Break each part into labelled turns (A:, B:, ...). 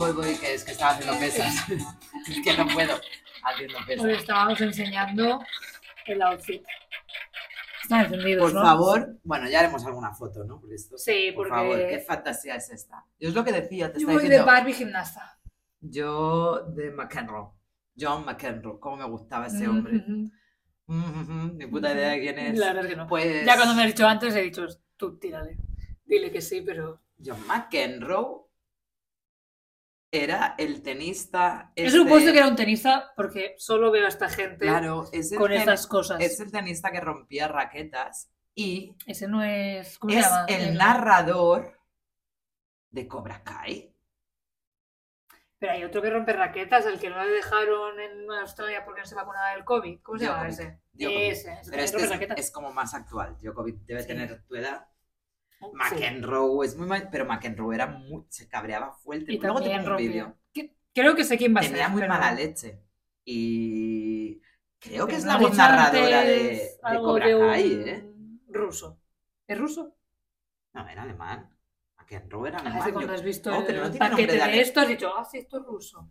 A: algo y que es que estaba haciendo pesas. es que no puedo haciendo pesas.
B: Os estábamos enseñando el outfit. Están encendidos,
A: Por
B: ¿no?
A: favor, bueno, ya haremos alguna foto, ¿no? Por esto.
B: Sí,
A: Por
B: porque
A: favor, qué fantasía es esta. Yo es lo que decía, te
B: yo
A: estaba
B: voy de
A: diciendo.
B: Barbie gimnasta.
A: Yo de McEnroe. John McEnroe, cómo me gustaba ese hombre.
B: Mm, mm, mm.
A: Mm, mm, mm, Ni puta idea de quién es.
B: La verdad es que no.
A: Pues
B: Ya cuando me has dicho antes he dicho, tú tírale. Dile que sí, pero...
A: John McEnroe era el tenista.
B: Es
A: este-
B: supuesto que era un tenista porque solo veo a esta gente
A: Claro, es el,
B: con
A: ten-
B: estas cosas.
A: es el tenista que rompía raquetas y
B: Ese no es... ¿Cómo se
A: es
B: llama?
A: el narrador de Cobra Kai.
B: Pero hay otro que rompe raquetas, el que no le dejaron en Australia porque no se vacunaba del COVID. ¿Cómo se llama
A: Djokovic,
B: ese?
A: Djokovic.
B: Ese, ese
A: Pero
B: también
A: este
B: rompe
A: es,
B: raquetas.
A: es como más actual. Djokovic debe
B: Sí.
A: tener tu edad.
B: Sí.
A: McEnroe es muy mal, pero McEnroe era muy, se cabreaba fuerte.
B: Y
A: Luego tengo
B: también
A: un vídeo.
B: rompió. Que- Creo que sé quién va a ser.
A: Tenía muy
B: pero-
A: mala leche. Y creo que
B: pero
A: es
B: me
A: la
B: has
A: voz
B: dicho
A: narradora de,
B: antes
A: de
B: algo
A: Cobra
B: de un
A: Kai, ¿eh?
B: Ruso. ¿Es ruso?
A: No, era alemán. McEnroe era
B: Ah, es que
A: alemán.
B: cuando
A: yo-
B: has visto
A: no,
B: el
A: pero no tiene
B: paquete
A: nombre de
B: de,
A: ale-
B: esto, has dicho, ah, sí, esto es ruso.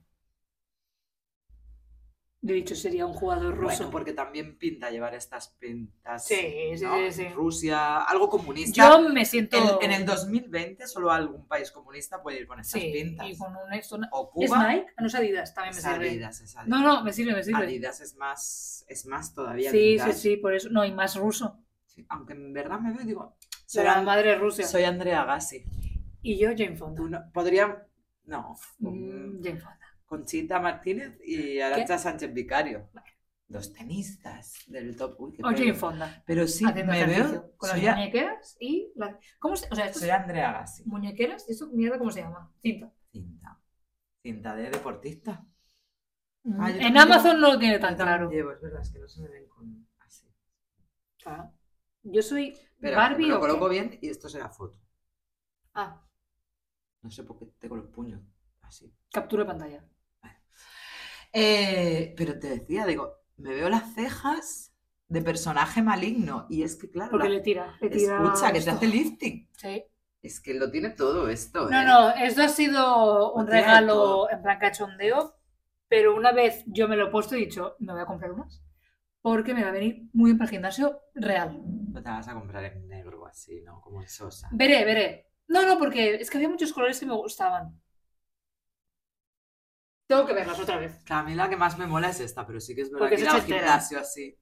B: De hecho, sería un jugador ruso.
A: Bueno, porque también pinta llevar estas pintas.
B: Sí, sí,
A: ¿no?
B: sí, sí.
A: Rusia, algo comunista.
B: Yo me siento...
A: En- en el 2020 solo algún país comunista puede ir con estas
B: Sí,
A: pintas.
B: y con un... Es, una-
A: O
B: ¿Es
A: Cuba.
B: Nike? Ah, No es Adidas, también me
A: es
B: sirve.
A: Adidas, es
B: No,
A: Adidas.
B: no, me sirve, me sirve.
A: Adidas es más, es más todavía.
B: Sí, sí,
A: vintage.
B: sí, por eso. No, y más ruso.
A: Sí, Aunque en verdad me veo y digo, soy,
B: Será
A: An-
B: madre Rusia.
A: soy Andrea Gassi.
B: Y yo, Jane Fonda.
A: Tú no- podría, no,
B: Mm,
A: con
B: Jane Fonda.
A: Conchita Martínez y Arancha Sánchez Vicario. Dos tenistas del top. Uy, qué
B: O Oh, Jane
A: pelo.
B: Fonda.
A: Pero sí,
B: haciendo
A: me
B: ejercicio.
A: veo,
B: Con las
A: soy, a-
B: muñequeras y la... ¿Cómo se...? O sea, esto
A: soy
B: es
A: Andrea Gassi.
B: muñequeras y eso, mierda, ¿cómo se llama? Cinta.
A: Cinta. Cinta de deportista.
B: Mm,
A: Ah, yo
B: en
A: también
B: Amazon no lo tiene tan
A: Yo también
B: claro.
A: Llevo, es verdad, es que no se me ven con así.
B: Ah. Yo soy
A: Pero
B: Barbie
A: lo
B: o qué?
A: coloco bien y esto será foto.
B: Ah,
A: No sé por qué tengo los puños así.
B: captura de pantalla.
A: Eh, pero te decía, digo, me veo las cejas de personaje maligno. Y es que, claro,
B: Porque
A: la-
B: le tira. Le tira
A: escucha, que te
B: esto.
A: hace lifting.
B: Sí.
A: Es que lo tiene todo esto.
B: No,
A: ¿eh?
B: no, esto ha sido un
A: Lo tiene de
B: regalo
A: todo.
B: en plan cachondeo, pero una vez yo me lo he puesto y he dicho, me voy a comprar unas, porque me va a venir muy bien para el gimnasio real.
A: No te vas a comprar en negro así, ¿no? Como en Sosa.
B: Veré, veré. No, no, porque es que había muchos colores que me gustaban. Tengo que verlas otra vez.
A: Claro, a mí la que más me mola es esta, pero sí que es verdad
B: Porque
A: que
B: es
A: ir al
B: ochentera.
A: gimnasio así.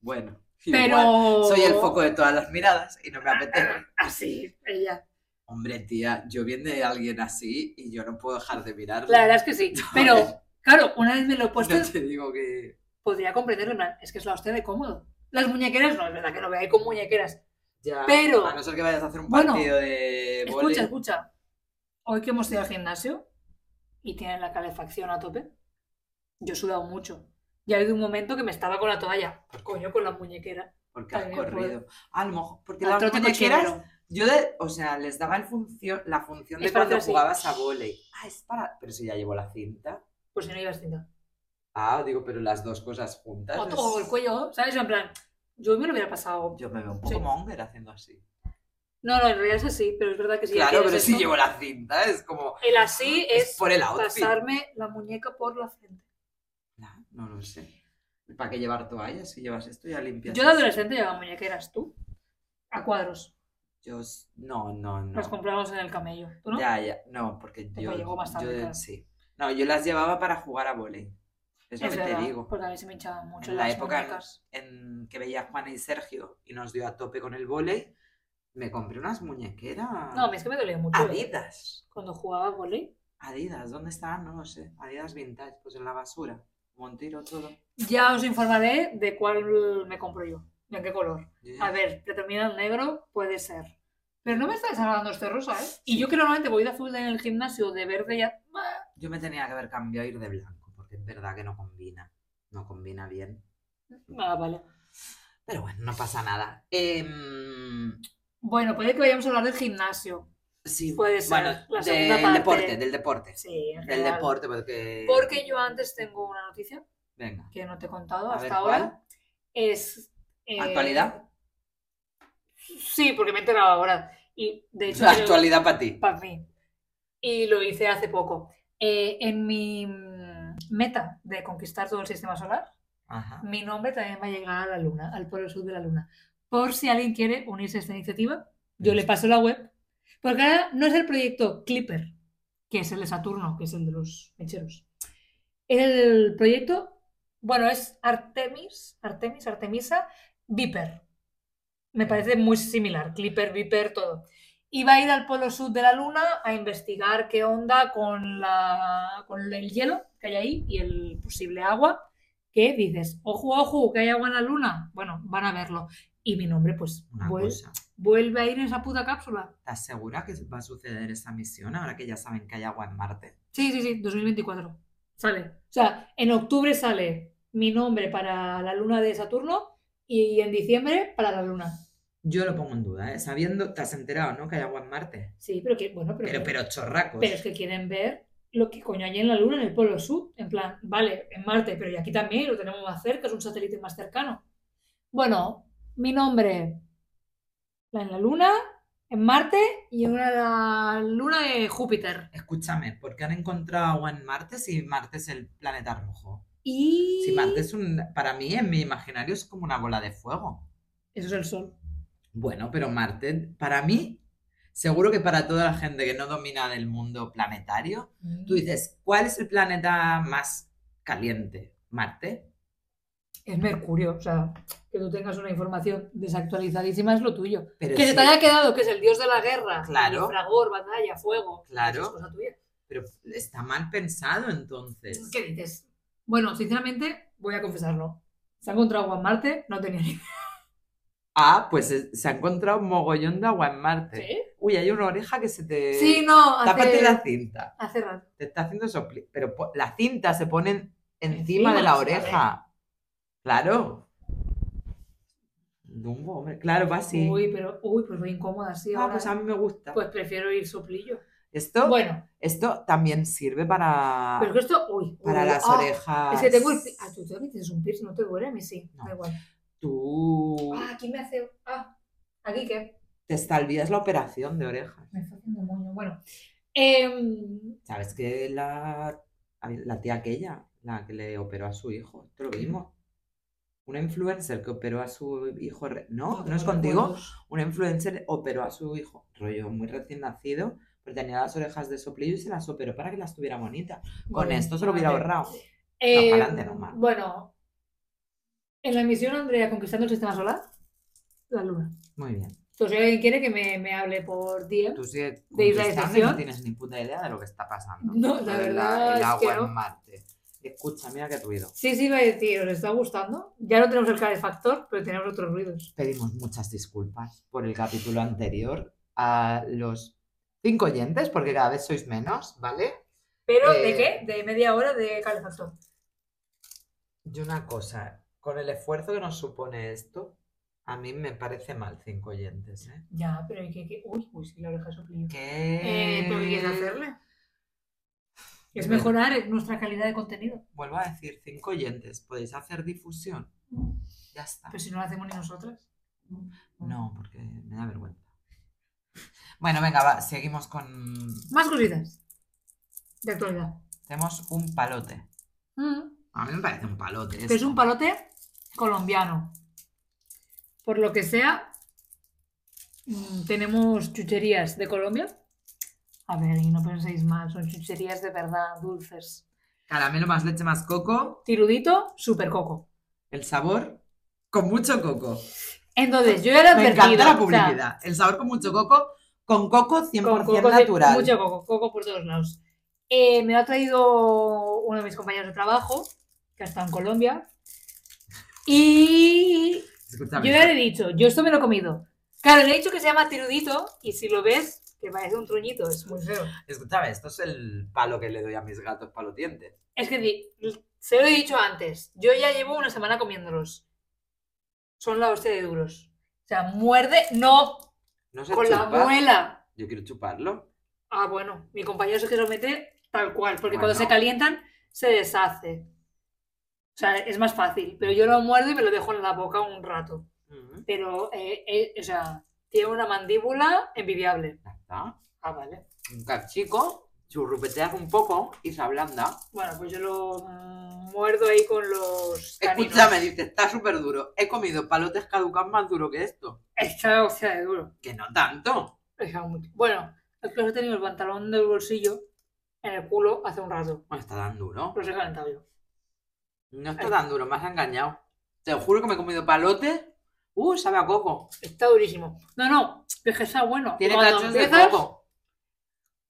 A: Bueno, igual,
B: Pero...
A: soy el foco de todas las miradas y no me apetece.
B: Así, ella.
A: Hombre, tía, yo viene alguien así y yo no puedo dejar de mirarlo.
B: La verdad es que sí. Pero, claro, una vez me lo he puesto,
A: No te digo que...
B: podría comprenderlo, en plan, es que es la hostia de cómodo. Las muñequeras, no, es verdad que no veáis con muñequeras.
A: Ya,
B: Pero-
A: A no ser que vayas a hacer un
B: Bueno,
A: partido de vóley.
B: Escucha, escucha. Hoy que hemos ido al gimnasio y tienen la calefacción a tope, yo he sudado mucho. Y ha habido un momento que me estaba con la toalla. Coño, con la muñequera.
A: Porque has
B: También puede.
A: corrido. A lo mejor, porque
B: Al
A: las
B: trote
A: muñequeras,
B: cochinero.
A: yo de- o sea, les daba el funcio- la función de
B: Es para
A: cuando
B: hacer así.
A: jugabas a volei. Ah, es para, pero si ya llevo la cinta.
B: Pues si no ibas cinta.
A: Ah, digo, pero las dos cosas juntas.
B: O,
A: es-
B: o Oh, el cuello, ¿sabes? En plan, yo me lo hubiera pasado.
A: Yo me veo un poco
B: Sí.
A: monger haciendo así.
B: No, no, en realidad es así, pero es verdad que si ya
A: claro,
B: quieres
A: pero si
B: eso-
A: llevo la cinta, es como.
B: El así
A: es
B: es
A: por el outfit.
B: pasarme la muñeca por la frente.
A: Nah, No lo sé. ¿Para qué llevar toallas? Si llevas esto ya limpias.
B: Yo de adolescente llevaba muñequeras, tú. A cuadros.
A: Yo s- No, no, no.
B: Las compramos en el camello. ¿Tú no?
A: Ya, ya. No, porque
B: Te
A: yo.
B: llegó más tarde,
A: yo-
B: claro.
A: Sí. No, yo las llevaba para jugar a volei. Es lo
B: Es
A: que te
B: verdad,
A: digo.
B: Porque a mí se me hinchaban mucho
A: En la
B: las
A: época
B: muñecas.
A: en que veía a Juana y Sergio y nos dio a tope con el volei, me compré unas muñequeras.
B: No, a mí es que me dolía mucho. ¿eh?
A: Adidas.
B: Cuando jugaba volei.
A: Adidas, ¿dónde están? No lo sé. Adidas vintage, pues en la basura. Montiro, todo.
B: Ya os informaré de cuál me compro yo. De qué color.
A: Yo ya-
B: A ver, predominante negro puede ser. Pero no me está desagradando este rosa, ¿eh? Y yo que normalmente voy de azul en el gimnasio, de verde ya. ah,
A: Yo me tenía que haber cambiado a ir de blanco, porque es verdad que no combina. No combina bien.
B: Ah, vale.
A: Pero bueno, no pasa nada. Em,
B: Bueno, puede que vayamos a hablar del gimnasio.
A: sí,
B: Puede ser
A: bueno,
B: la segunda
A: del
B: parte.
A: deporte, del deporte.
B: Sí, en
A: Del
B: general.
A: deporte, porque.
B: Porque yo antes tengo una noticia
A: Venga.
B: que no te he contado
A: A
B: hasta
A: ver,
B: ahora.
A: ¿cuál?
B: Es. eh,
A: ¿Actualidad?
B: Sí, porque me he enterado ahora. Y de hecho.
A: La
B: creo-
A: actualidad para ti.
B: para mí. Y lo hice hace poco. Eh, en mi mm, meta de conquistar todo el sistema solar,
A: Ajá.
B: mi nombre también va a llegar a la Luna, al polo sur de la Luna. Por si alguien quiere unirse a esta iniciativa, yo le paso la web. Porque ahora no es el proyecto Clipper, que es el de Saturno, que es el de los mecheros. El proyecto, bueno, es Artemis, Artemis, Artemisa, Viper. Me parece muy similar, Clipper, Viper, todo. Y va a ir al polo sur de la Luna a investigar qué onda con, la, con el hielo que hay ahí y el posible agua que dices, ojo, ojo, que hay agua en la luna. Bueno, van a verlo. Y mi nombre, pues,
A: Una
B: vuel-
A: cosa.
B: vuelve a ir en esa puta cápsula.
A: ¿Estás segura que va a suceder esa misión ahora que ya saben que hay agua en Marte?
B: Sí, sí, sí, 2024. Sale. O sea, en octubre sale mi nombre para la luna de Saturno y en diciembre para la luna.
A: Yo lo pongo en duda, ¿eh? Sabiendo, te has enterado, ¿no? Que hay agua en Marte.
B: Sí, pero que, bueno, pero,
A: Pero, pero chorracos.
B: pero es que quieren ver lo que coño hay en la luna, en el polo sur. En plan, vale, en Marte, pero y aquí también lo tenemos más cerca, es un satélite más cercano. Bueno, mi nombre en la luna, en Marte y en una la luna de Júpiter.
A: Escúchame, ¿por qué han encontrado agua en Marte si Marte es el planeta rojo?
B: Y
A: Si Marte es un. Para mí, en mi imaginario, es como una bola de fuego.
B: eso es el sol.
A: Bueno, pero Marte, para mí, seguro que para toda la gente que no domina del mundo planetario, tú dices, ¿cuál es el planeta más caliente? Marte.
B: es Mercurio, o sea, que tú tengas una información desactualizadísima es lo tuyo.
A: Pero
B: Que se
A: sí,
B: te haya quedado que es el dios de la guerra,
A: Claro.
B: fragor, batalla, fuego,
A: Claro.
B: eso es cosa tuya.
A: pero está mal pensado entonces.
B: ¿Qué dices? Bueno, sinceramente, voy a confesarlo. Se ha encontrado agua en Marte, no tenía ni
A: Ah, pues eh, se ha encontrado un mogollón de agua en Marte.
B: idea.
A: Uy, hay una oreja que se te.
B: Sí, no,
A: Tápate
B: hace,
A: la cinta.
B: hace rato.
A: te está haciendo sopli... Pero po- la cinta se pone en- encima
B: Encima,
A: de la
B: pues, a
A: oreja. Claro. Dumbo, hombre. Claro, va así.
B: Uy, pero, uy, pues voy incómoda así
A: ah,
B: ahora.
A: pues a mí me gusta.
B: Pues prefiero ir soplillo.
A: esto,
B: Bueno,
A: esto también sirve para,
B: pero que esto, uy.
A: Ah. para
B: uy,
A: las
B: ah,
A: orejas.
B: Es que tengo el... pi- Ah, tú también tienes un piercing, no te duele a mí, sí.
A: No.
B: Da igual.
A: Tú
B: Ah, aquí me hace... Ah, aquí qué.
A: te salvías la operación de orejas.
B: Me está haciendo moño. Bueno, em,
A: ¿Sabes que la, la tía aquella, la que le operó a su hijo? Esto lo vimos. Una influencer que operó a su hijo. re- ¿No? ¿No es
B: tengo
A: contigo?
B: recuerdos.
A: Una influencer operó a su hijo, rollo muy recién nacido, pero tenía las orejas de soplillo y se las operó para que las tuviera bonitas. Con
B: Bueno,
A: esto se lo hubiera
B: vale.
A: ahorrado.
B: Em,
A: pa'lante, no, mal.
B: Bueno, en la misión Andrea conquistando el sistema solar, la luna.
A: Muy bien.
B: Entonces, si alguien quiere que me, me hable por DM,
A: Tú sigue
B: ¿De Isla de
A: contestando y
B: Sesión?
A: no tienes ni puta idea de lo que está pasando.
B: No,
A: Lo
B: la
A: del-
B: verdad
A: el
B: es
A: agua
B: que
A: en
B: no.
A: Marte. Escucha, mira qué ruido.
B: sí, sí, iba a decir, os está gustando. Ya no tenemos el calefactor, pero tenemos otros ruidos.
A: Pedimos muchas disculpas por el capítulo anterior a los cinco oyentes, porque cada vez sois menos, ¿vale?
B: ¿Pero
A: Eh,
B: de qué? De media hora de calefactor.
A: Y una cosa, con el esfuerzo que nos supone esto, a mí me parece mal cinco oyentes, ¿eh?
B: Ya, pero hay que. que- Uy, uy, sí, la oreja soplillo.
A: ¿Qué?
B: Eh, ¿Pero qué quieres hacerle? Es
A: Bien.
B: mejorar nuestra calidad de contenido.
A: Vuelvo a decir, cinco oyentes, podéis hacer difusión. Ya está.
B: Pero si no lo hacemos ni nosotras.
A: No, porque me da vergüenza. Bueno, venga, va, seguimos con.
B: Más cositas. De actualidad.
A: Tenemos un palote.
B: Mm.
A: A mí me parece un palote.
B: Pero es
A: esto.
B: un palote colombiano. Por lo que sea, mm, tenemos chucherías de Colombia. A ver, y no penséis mal, son chucherías de verdad, dulces.
A: Caramelo más leche más coco.
B: Tirudito, super coco.
A: El sabor con mucho coco.
B: Entonces, yo era
A: Me
B: advertida.
A: encanta la
B: o sea,
A: publicidad. El sabor con mucho coco, con coco 100%
B: con coco de-
A: natural.
B: Mucho coco, coco por todos lados. Eh, me lo ha traído uno de mis compañeros de trabajo, que ha estado en Colombia. Y
A: Escúchame.
B: Yo ya le he dicho, yo esto me lo he comido. Claro, le he dicho que se llama tirudito y si lo ves, que parece un truñito, es muy feo.
A: Escúchame, esto es el palo que le doy a mis gatos para los dientes.
B: Es que di- se lo he dicho antes, yo ya llevo una semana comiéndolos. Son la hostia de duros. O sea, muerde, no,
A: No se
B: con la
A: chupa.
B: muela.
A: Yo quiero chuparlo.
B: Ah, bueno, mi compañero es que lo mete tal cual, porque cuando
A: Bueno.
B: se calientan se deshace. O sea, es más fácil, pero yo lo muerdo y me lo dejo en la boca un rato. Pero, eh, eh, o sea, tiene una mandíbula envidiable.
A: Ya está.
B: Ah, vale.
A: Un cachico churrupeteas un poco y se ablanda.
B: Bueno, pues yo lo mm, muerdo ahí con los caninos.
A: Escúchame, dice, está súper duro. He comido palotes caducados más duro que esto.
B: Esta hostia de duro.
A: Que no tanto.
B: Deja un- Bueno, es que os he tenido el pantalón del bolsillo en el culo hace un rato.
A: No está tan duro.
B: Los he calentado yo.
A: No está tan duro, me has engañado. Te juro que me he comido palotes. Uh, sabe a coco.
B: Está durísimo. No, no, es que está bueno.
A: Tiene
B: Cuando
A: cachos de
B: empiezas-
A: coco.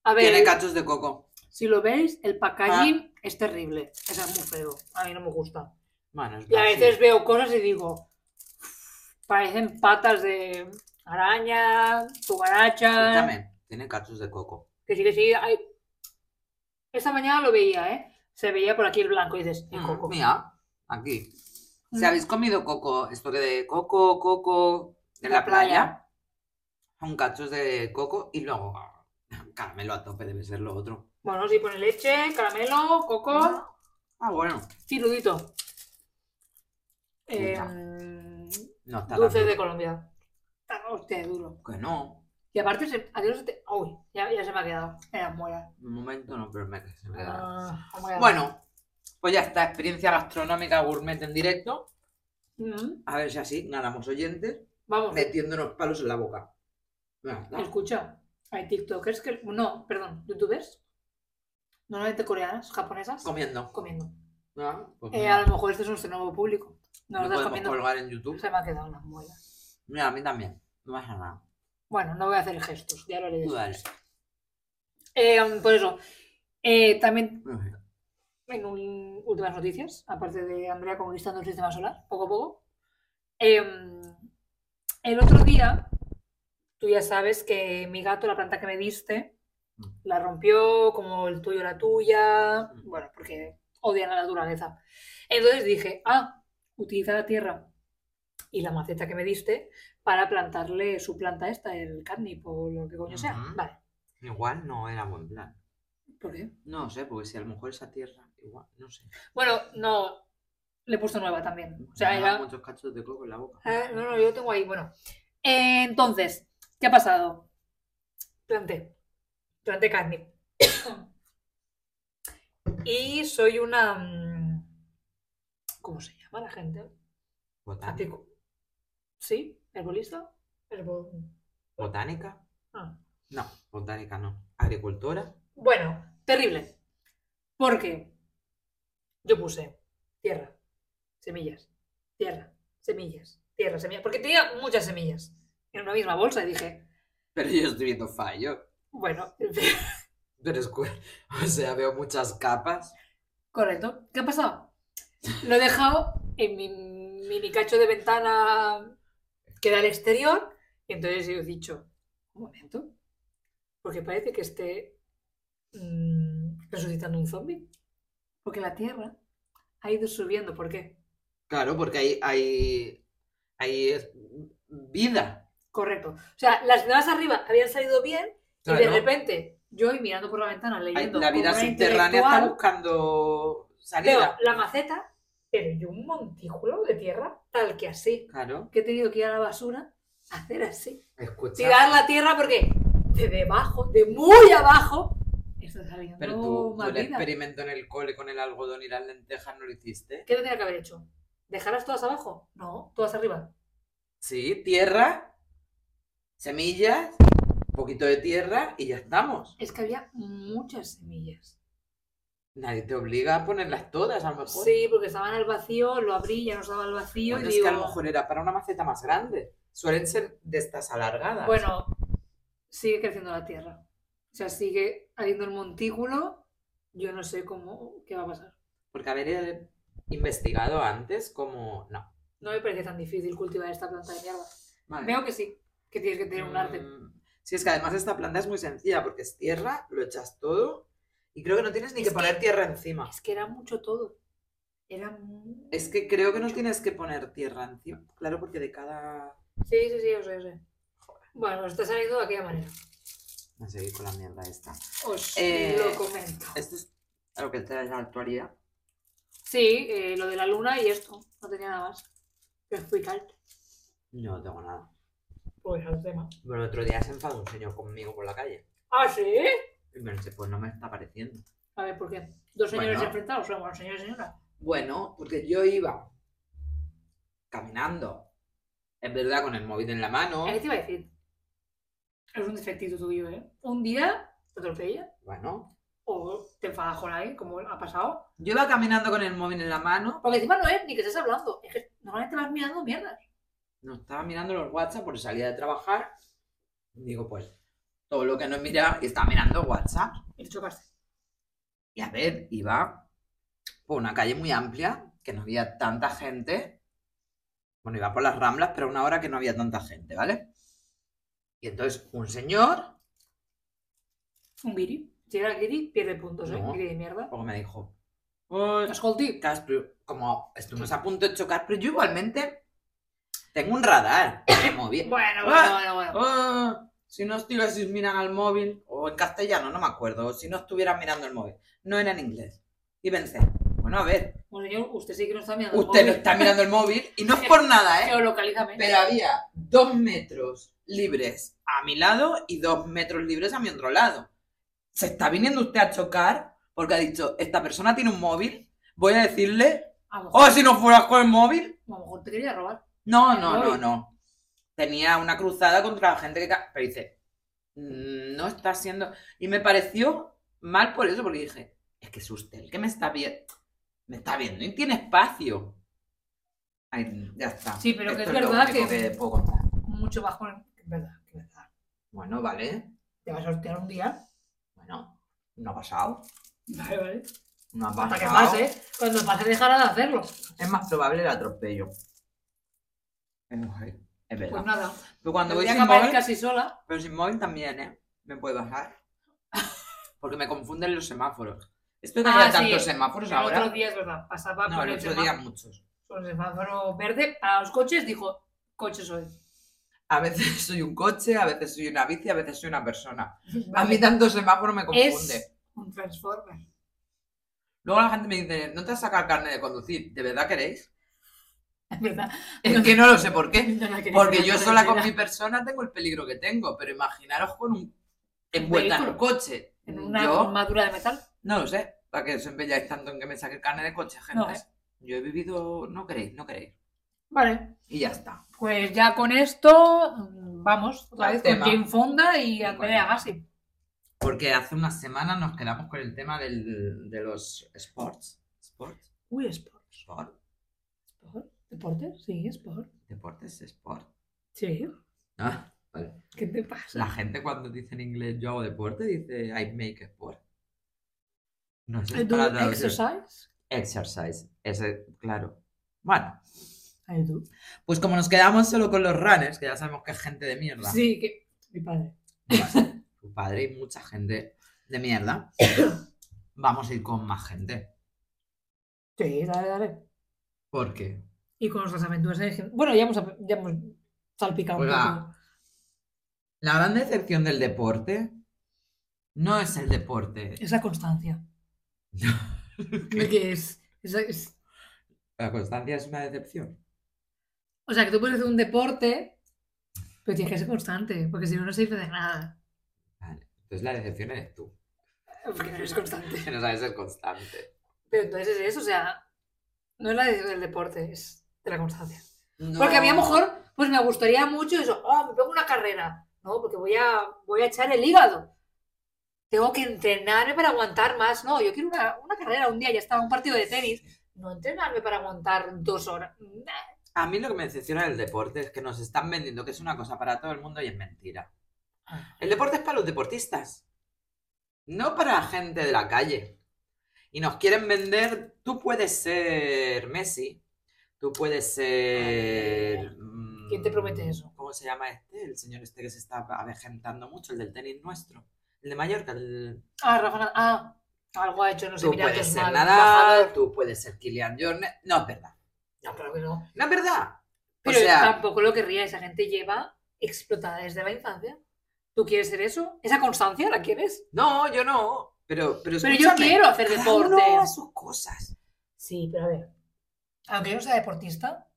B: A ver,
A: Tiene cachos Ah. de coco.
B: si lo veis, el packaging es terrible. Eso es muy feo. A mí no me gusta.
A: Bueno, es
B: Y a
A: Brasil.
B: veces veo cosas y digo, parecen patas de araña, cucaracha.
A: Escúchame, tiene cachos de coco.
B: Que sí, que sí. hay- Esta mañana lo veía, ¿eh? Se veía por aquí el blanco y dices, el
A: Mm,
B: coco.
A: Mira, aquí.
B: Mm.
A: Si habéis comido coco, esto que de coco, coco, de la, playa, son cachos de coco y luego ah, caramelo a tope debe ser lo otro.
B: Bueno, sí, pone leche, caramelo, coco,
A: Ah, bueno.
B: cirudito. Eh,
A: No está
B: dulces
A: tan
B: de
A: duro.
B: Colombia. Ah, Hostia, duro.
A: Que no.
B: Y aparte, se, a Dios se te... Uy, ya, ya se me ha quedado. Era muela.
A: De momento no, pero me, se me da.
B: Ah, oh my God.
A: Bueno, pues ya está. Experiencia gastronómica gourmet en directo.
B: Mm,
A: A ver si así ganamos oyentes
B: Vamos,
A: metiéndonos palos en la boca. Ya está.
B: escucha. Hay TikTokers que... No, perdón, YouTubers. Normalmente coreanas, japonesas.
A: Comiendo.
B: Comiendo.
A: Ah, pues
B: Eh,
A: mira,
B: a lo mejor este es nuestro nuevo público. No
A: lo
B: nos das
A: podemos
B: comiendo.
A: colgar en YouTube.
B: Se me ha quedado una muela.
A: Mira, a mí también. No pasa nada.
B: Bueno, no voy a hacer gestos, ya lo haré.
A: Tú
B: después.
A: dale.
B: Eh, por eso, eh, también
A: Ujú.
B: en un- últimas noticias, aparte de Andrea conquistando el sistema solar, poco a poco. em, el otro día, tú ya sabes que mi gato, la planta que me diste,
A: Mm.
B: la rompió, como el tuyo, la tuya,
A: Mm.
B: bueno, porque odian la naturaleza. Entonces dije, ah, utiliza la tierra y la maceta que me diste para plantarle su planta esta, el catnip o lo que coño sea.
A: Ujú.
B: Vale,
A: Igual no era buen plan.
B: ¿por qué?
A: No sé, porque si a lo mejor esa tierra, igual, no sé.
B: Bueno, no, le he puesto nueva también. O sea,
A: Me
B: era...
A: dan muchos cachos de coco en la boca.
B: Ah, no, no, yo tengo ahí. Bueno, Eh, entonces, ¿qué ha pasado? Planté. Planté carne. y soy una. mm, ¿Cómo se llama la gente?
A: Botánica.
B: Apicu- ¿Sí? ¿Herbolista? Herbo-
A: ¿Botánica?
B: ah.
A: No, botánica no. ¿Agricultora?
B: Bueno, terrible. Porque yo puse tierra, semillas, tierra, semillas, tierra, semillas. Porque tenía muchas semillas en una misma bolsa y dije,
A: Pero yo estoy viendo fallo.
B: Bueno,
A: Pero es que, o sea, veo muchas capas.
B: correcto. ¿Qué ha pasado? Lo he dejado en mi mini cacho de ventana que da al exterior. Y entonces yo he dicho, un momento, porque parece que esté mm, resucitando un zombie. Porque la Tierra ha ido subiendo. ¿Por qué?
A: Claro, porque hay, hay, hay es- vida.
B: Correcto. O sea, las ventanas arriba habían salido bien
A: Claro,
B: y de repente yo hoy mirando por la ventana
A: hay-
B: leyendo
A: la vida
B: como una
A: subterránea está
B: intelectual,
A: buscando
B: Veo
A: salida.
B: la maceta, pero yo un montículo de tierra tal que así.
A: Claro,
B: Que he tenido que ir a la basura a hacer así.
A: escucha.
B: Tirar la tierra porque de debajo, de muy abajo, está saliendo
A: Pero tú, tú
B: más
A: el
B: vida.
A: experimento en el cole con el algodón y las lentejas no lo hiciste.
B: ¿Qué tendría que haber hecho? ¿Dejarlas todas abajo? No, todas arriba.
A: Sí, tierra, semillas, un poquito de tierra y ya estamos.
B: Es que había muchas semillas.
A: Nadie te obliga a ponerlas todas, a lo mejor.
B: Sí, porque estaban al vacío, lo abrí, ya no estaba al vacío.
A: Bueno, Pues
B: y
A: es
B: digo,
A: que a lo mejor era para una maceta más grande. Suelen ser de estas alargadas.
B: Bueno, sigue creciendo la tierra. O sea, sigue habiendo el montículo. Yo no sé cómo, qué va a pasar.
A: Porque haber eh, investigado antes como... No.
B: No me parece tan difícil cultivar esta planta de mierda.
A: Vale.
B: Veo que sí, que tienes que tener un arte.
A: Mm, Sí, es que además esta planta es muy sencilla porque es tierra, lo echas todo y creo que no tienes ni
B: Es
A: que poner
B: que-
A: tierra encima.
B: Es que era mucho todo. Era mu-
A: Es que creo que no tienes que poner tierra encima. Claro, porque de cada...
B: Sí, sí, sí, yo sé, yo sé. Bueno, os está saliendo de aquella manera.
A: Voy a seguir con la mierda esta.
B: Os
A: Eh,
B: lo comento.
A: Esto es lo que trae la actualidad.
B: Sí, eh, lo de la luna y esto. No tenía nada más que explicar.
A: Yo no tengo nada.
B: Pues al tema.
A: Bueno, el otro día se enfadó un señor conmigo por la calle.
B: ¿Ah, sí?
A: Pero se- pues no me está pareciendo.
B: A ver, ¿por qué? Dos señores
A: Bueno.
B: enfrentados, o bueno, señor y señora.
A: Bueno, porque yo iba caminando, es verdad, con el móvil en la mano.
B: ¿Qué te iba a decir? Es un defectito tuyo, ¿eh? Un día te atropella
A: Bueno,
B: o te enfadas con alguien, como ha pasado.
A: yo iba caminando con el móvil en la mano,
B: Porque encima no es ni que estés hablando, es que normalmente vas mirando mierdas.
A: no estaba mirando los WhatsApp porque salía de trabajar. Digo, pues, todo lo que no mira, estaba mirando WhatsApp.
B: Y te chocaste.
A: Y a ver, iba por una calle muy amplia, que no había tanta gente. Bueno, iba por las ramblas, pero a una hora que no había tanta gente, ¿vale? Y entonces un señor
B: Un viri. Si era Giri, pierde puntos, ¿eh?
A: No.
B: Giri de mierda.
A: luego me dijo, "Pues,
B: Escolti.
A: chicas, tú- como estuvimos a punto de chocar, pero yo igualmente tengo un radar. Me moví.
B: Bueno, bueno,
A: Ah.
B: bueno, bueno.
A: Ah, si no estuvieses mirando al móvil, o en castellano, no me acuerdo, o si no estuvieras mirando el móvil. No era en inglés. Y pensé, bueno, a ver,
B: Bueno, señor, usted sí que no está mirando. el
A: Usted no
B: móvil.
A: está mirando el móvil y no es por nada, ¿eh?
B: Geolocalízame.
A: Pero había dos metros libres a mi lado y dos metros libres a mi otro lado. Se está viniendo usted a chocar porque ha dicho, esta persona tiene un móvil, voy a decirle,
B: A lo mejor,
A: oh, si no fueras con el móvil.
B: a lo mejor te quería robar.
A: No,
B: El
A: no, no,
B: móvil.
A: no. Tenía una cruzada contra la gente que... ca- Pero dice, "Mm, no está siendo... Y me pareció mal por eso, porque dije, es que es usted el que me está viendo. Me está viendo y tiene espacio. Ay, ya está.
B: Sí, pero que
A: Esto
B: es verdad
A: lo único
B: que-
A: puedo contar.
B: Mucho más con. Es verdad, es verdad.
A: Bueno, vale.
B: Te vas a sortear un día.
A: Bueno, no ha pasado.
B: Vale, vale.
A: No ha pasado.
B: Hasta que pase. ¿eh? Cuando pase dejará de hacerlo.
A: Es más probable el atropello. Es mujer. Es verdad.
B: Pues nada.
A: pero cuando voy
B: Voy a
A: sin
B: acabar
A: móvil... pues
B: casi sola.
A: Pero sin móvil también, ¿eh? Me puede bajar. Porque me confunden los semáforos. Esto que
B: Ah,
A: había
B: sí.
A: tantos semáforos
B: El
A: ahora.
B: otro día es verdad. Pasaba
A: no,
B: por
A: el
B: el
A: otro día
B: semáforo,
A: muchos.
B: por el semáforo verde para los coches. Dijo, coches hoy.
A: A veces soy un coche, a veces soy una bici, a veces soy una persona. A
B: Vale.
A: mí tantos semáforos me confunde.
B: Es un transformer.
A: Luego la gente me dice, ¿no te has sacado el carnet de conducir? ¿De verdad queréis?
B: Es verdad.
A: Es que no lo sé por qué.
B: No la quería
A: ¿Eh? Porque
B: sacar
A: yo
B: de
A: sola con
B: entera.
A: mi persona tengo el peligro que tengo, pero imaginaros con un... envuelta en un
B: vehículo.
A: coche.
B: En una
A: Yo
B: armadura de metal.
A: No lo sé, para que os empeñáis tanto en que me saque el carnet de coche, gente.
B: No, ¿eh?
A: Yo he vivido, no queréis, no queréis.
B: Vale.
A: Y ya está.
B: Pues ya con esto mm, vamos otra
A: Al
B: vez con
A: tema.
B: Jane Fonda y
A: Bueno.
B: Andrea Gassi.
A: Porque hace unas semanas nos quedamos con el tema del- de los sports. ¿Sports?
B: Uy, sport.
A: ¿Sport?
B: sport. ¿Deporte? Sí, sport.
A: ¿Deportes? ¿Sport?
B: Sí.
A: Ah, vale.
B: ¿Qué te pasa?
A: La gente cuando dice en inglés yo hago deporte dice I make sport. No sé,
B: I
A: es
B: do
A: para traducir.
B: exercise.
A: Exercise. Ese, claro. Bueno,
B: I do.
A: pues como nos quedamos solo con los runners, que ya sabemos que es gente de mierda.
B: Sí, que mi padre.
A: Bueno, tu padre y mucha gente de mierda. Vamos a ir con más gente.
B: Sí, dale, dale.
A: ¿Por qué?
B: Y con nuestras aventuras en el- Bueno, ya hemos, ya hemos salpicado
A: Pues va.
B: un poco.
A: La gran decepción del deporte no es el deporte.
B: Esa constancia. De que es, es- es-
A: La constancia es una decepción.
B: O sea, que tú puedes hacer un deporte, pero tienes que ser constante, porque si no, no sirve de nada.
A: Entonces la decepción eres tú,
B: Porque no eres constante.
A: que no sabes ser constante.
B: Pero entonces es eso, o sea, no es la decisión del deporte, es de la constancia. Porque a mí a lo mejor, pues me gustaría mucho eso, oh, me pongo una carrera, ¿no? Porque voy a, voy a echar el hígado. Tengo que entrenarme para aguantar más, no, yo quiero una, una carrera un día, ya estaba un partido de tenis, no entrenarme para aguantar dos horas. Nah.
A: A mí lo que me decepciona del deporte es que nos están vendiendo que es una cosa para todo el mundo y es mentira. El deporte es para los deportistas, no para la gente de la calle. Y nos quieren vender, tú puedes ser Messi, tú puedes ser... mm,
B: ¿Quién te promete eso?
A: ¿Cómo se llama este? El señor este que se está avejentando mucho, el del tenis nuestro, el de Mallorca. El...
B: Ah, Rafa, Nadal, ah, algo ha hecho, no sé,
A: Tú
B: mira, que
A: puedes
B: es
A: ser
B: mal
A: Nadal,
B: bajador.
A: tú puedes ser Kylian Jornet. No es verdad,
B: No, claro que no.
A: no es verdad. O
B: Pero
A: sea-
B: tampoco lo querría, esa gente lleva explotada desde la infancia. ¿Tú quieres ser eso? ¿Esa constancia la quieres?
A: No, yo no. Pero, pero,
B: Pero yo
A: escúchame,
B: quiero hacer
A: cada
B: deporte.
A: uno a sus cosas.
B: Sí, pero a ver. Aunque yo no sea deportista,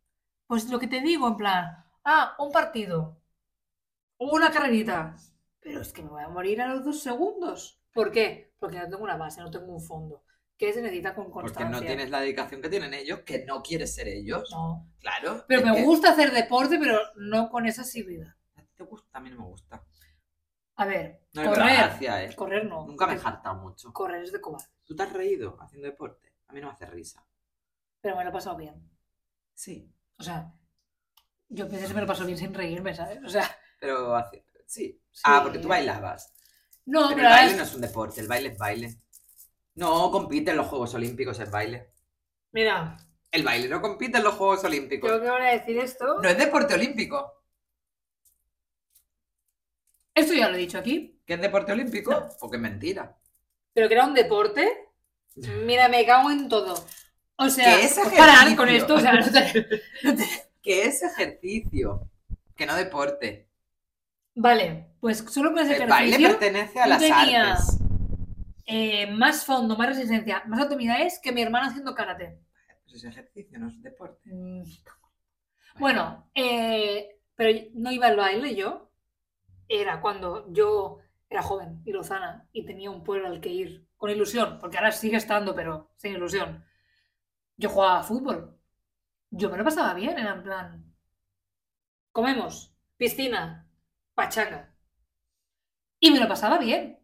B: pues lo que te digo, en plan, ah, un partido, una carrerita. Pero es que me voy a morir a los dos segundos. ¿Por qué? Porque no tengo una base, no tengo un fondo. ¿Qué se necesita con
A: Porque
B: constancia?
A: no tienes la dedicación que tienen ellos, que no quieres ser ellos.
B: No.
A: Claro.
B: Pero
A: es
B: me
A: que
B: gusta hacer deporte, pero no con esa asiduidad.
A: ¿A ti te gusta? A mí no me gusta.
B: A ver,
A: No es
B: correr.
A: gracia, ¿eh?
B: Correr no.
A: Nunca me he
B: porque
A: hartado mucho.
B: Correr es de cobarde.
A: ¿Tú te has reído haciendo deporte? A mí no me hace risa.
B: Pero me lo he pasado bien.
A: Sí.
B: O sea, yo pensé que me lo paso bien sin reírme, ¿sabes? O sea.
A: Pero hace- sí.
B: sí.
A: Ah, porque tú bailabas.
B: No,
A: Pero
B: pero,
A: el
B: ahora
A: baile
B: es-
A: no es un deporte, el baile es baile. No compite en los Juegos Olímpicos el baile.
B: Mira,
A: El baile no compite en los Juegos Olímpicos.
B: creo que van a decir esto.
A: pues. No es deporte olímpico.
B: Esto ya lo he dicho aquí.
A: ¿Qué es deporte olímpico?
B: No.
A: Porque es mentira.
B: Pero que era un deporte. Mira, me cago en todo. O sea,
A: Que es
B: pues, parar
A: ejercicio.
B: con esto. O sea, no te-
A: Que es ejercicio, que no deporte.
B: Vale, pues solo con ese
A: el baile
B: ejercicio,
A: pertenece a
B: yo
A: las
B: tenía-
A: artes.
B: eh, más fondo, más resistencia, más abdominales que mi hermana haciendo karate.
A: Pues es ejercicio, no es deporte.
B: Mm. Bueno, eh, pero no iba al baile yo. Era cuando yo era joven y lozana y tenía un pueblo al que ir con ilusión, porque ahora sigue estando, pero sin ilusión. Yo jugaba a fútbol. Yo me lo pasaba bien, era en plan. Comemos, piscina, pachanga. Y me lo pasaba bien.